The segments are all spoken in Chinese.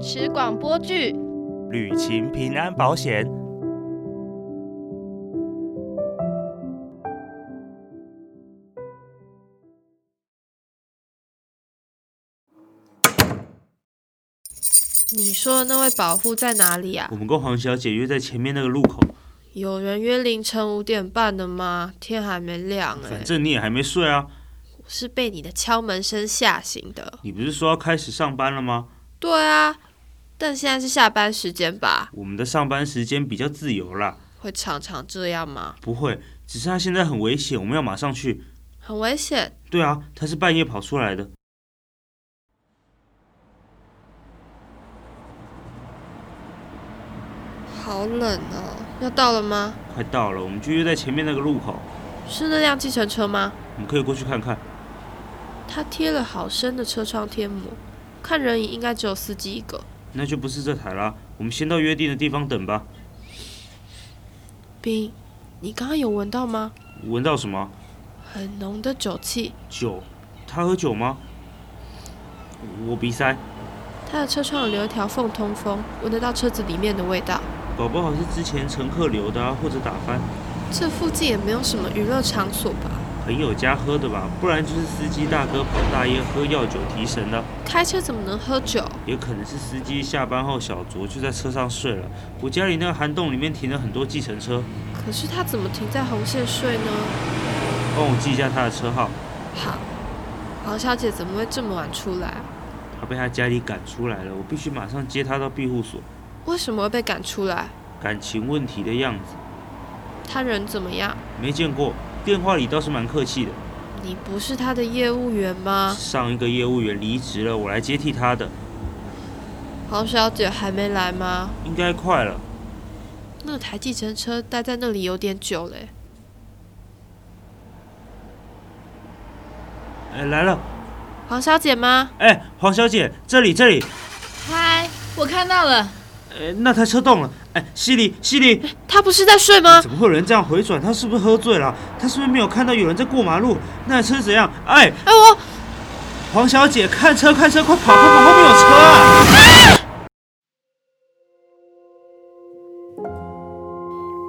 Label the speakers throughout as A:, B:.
A: 持哎广播剧。
B: 旅行平安保险。
A: 你说的那位保护在哪里啊
B: 我？们跟黄小姐约在前面那个路口，
A: 有人约凌晨五点半的吗？天还没亮哎、
B: 反正你也还没睡啊。
A: 我是被你的敲门声吓醒的。
B: 你不是说要开始上班了吗？
A: 对啊，但现在是下班时间吧？
B: 我们的上班时间比较自由啦，
A: 会常常这样吗？
B: 不会。只是她现在很危险，我们要马上去。
A: 很危险。
B: 对啊，她是半夜跑出来的。
A: 好冷哦，要到了吗？
B: 快到了，我们就约在前面那个路口，
A: 是那辆计程车吗？
B: 我们可以过去看看。
A: 它贴了好深的车窗贴膜，看人影应该只有司机一个。
B: 那就不是这台啦，我们先到约定的地方等吧。
A: 冰，你刚刚有闻到吗？
B: 闻到什么
A: 很浓的酒气。
B: 酒？她喝酒吗？我鼻塞，
A: 它的车窗留一条缝通风，闻得到车子里面的味道。
B: 搞不好是之前乘客留的啊，或者打翻
A: 这附近也没有什么娱乐场所吧？
B: 朋友家喝的吧，不然就是司机大哥跑大夜喝药酒提神了。
A: 开车怎么能喝酒？
B: 也可能是司机下班后小酌就在车上睡了。我家里那个涵洞里面停了很多计程车，
A: 可是它怎么停在红线睡呢？
B: 帮我记一下他的车号。
A: 好，黄小姐怎么会这么晚出来啊？
B: 他被他家里赶出来了，我必须马上接他到庇护所。
A: 为什么会被赶出来？
B: 感情问题的样子
A: 她人怎么样？
B: 没见过，电话里倒是蛮客气的。
A: 你不是她的业务员吗？
B: 上一个业务员离职了，我来接替他的，
A: 黄小姐还没来吗？
B: 应该快了。
A: 那台计程车待在那里有点久嘞。
B: 哎，来了，
A: 黄小姐吗？
B: 哎，黄小姐，这里这里，
C: 嗨，我看到了，
B: 哎，那台车动了，哎，西里西里，
A: 她不是在睡吗？
B: 怎么会有人这样回转？他是不是喝醉了？他是不是没有看到有人在过马路？那台车怎样？哎，
A: 哎，我
B: 黄小姐，看车看车，快跑快跑，后面有车啊！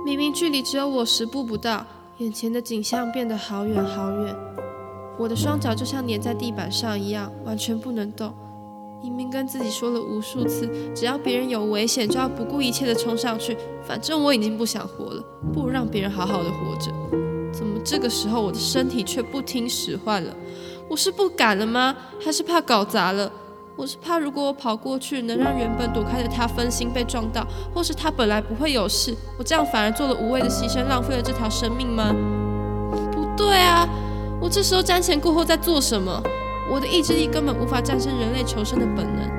A: 明明距离只有我十步不到，眼前的景象变得好远好远。我的双脚就像粘在地板上一样，完全不能动。明明跟自己说了无数次，只要别人有危险，就要不顾一切的冲上去。反正我已经不想活了，不如让别人好好的活着。怎么这个时候我的身体却不听使唤了？我是不敢了吗？还是怕搞砸了？我是怕如果我跑过去，能让原本躲开的他分心被撞到，或是他本来不会有事，我这样反而做了无谓的牺牲，浪费了这条生命吗？不对啊，我这时候瞻前顾后在做什么？我的意志力根本无法战胜人类求生的本能。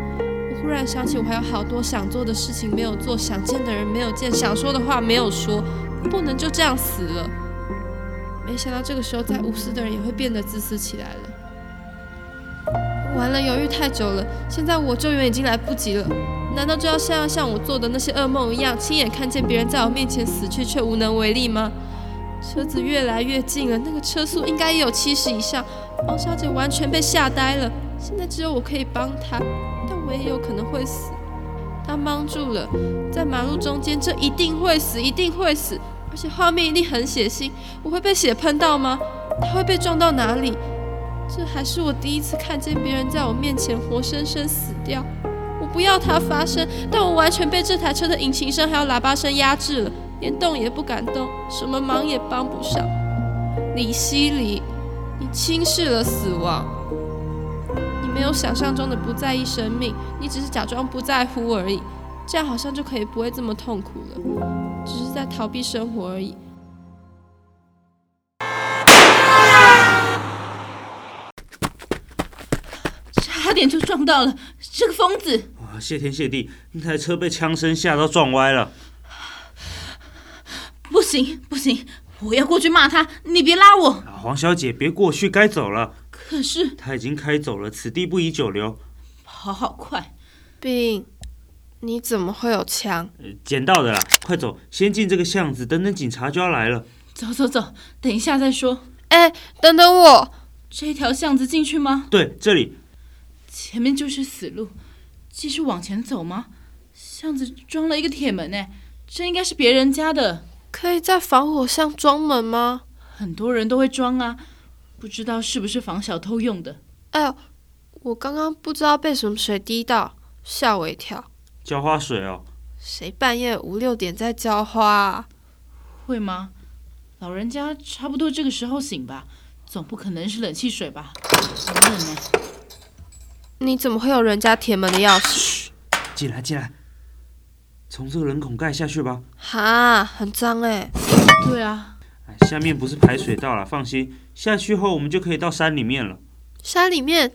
A: 我忽然想起，我还有好多想做的事情没有做，想见的人没有见，想说的话没有说，不能就这样死了。没想到这个时候，再无私的人也会变得自私起来了。完了，犹豫太久了，现在我救援已经来不及了。难道就要像像我做的那些噩梦一样，亲眼看见别人在我面前死去却无能为力吗？车子越来越近了，那个车速应该也有七十以上。王小姐完全被吓呆了。现在只有我可以帮她，但我也有可能会死。她蒙住了，在马路中间，这一定会死，一定会死，而且画面一定很血腥。我会被血喷到吗？她会被撞到哪里？这还是我第一次看见别人在我面前活生生死掉。我不要它发生，但我完全被这台车的引擎声还有喇叭声压制了，连动也不敢动，什么忙也帮不上。李希礼，你轻视了死亡，你没有想象中的不在意生命，你只是假装不在乎而已。这样好像就可以不会这么痛苦了，只是在逃避生活而已。
C: 差点就撞到了这个疯子。
B: 哇，谢天谢地，那台车被枪声吓到撞歪了。
C: 不行不行，我要过去骂他，你别拉我。
B: 啊，黄小姐，别过去，该走了。
C: 可是
B: 他已经开走了，此地不宜久留。
C: 跑好快，
A: 病，你怎么会有枪？
B: 呃捡到的啦，快走，先进这个巷子，等等警察就要来了。
C: 走走走，等一下再说。
A: 哎，等等我！
C: 这条巷子进去吗？
B: 对，这里
C: 前面就是死路，继续往前走吗？巷子装了一个铁门呢，这应该是别人家的，
A: 可以在防火巷装门吗？
C: 很多人都会装啊，不知道是不是防小偷用的。
A: 哎呦，我刚刚不知道被什么水滴到，吓我一跳。
B: 浇花水哦，
A: 谁半夜五六点在浇花、啊？
C: 会吗？老人家差不多这个时候醒吧，总不可能是冷气水吧？很冷呢。
A: 你怎么会有人家铁门的钥匙？
B: 进来进来，从这个人孔盖下去吧。
A: 哈，很脏哎、
C: 对啊，
B: 哎，下面不是排水道了，放心，下去后我们就可以到山里面了。
A: 山里面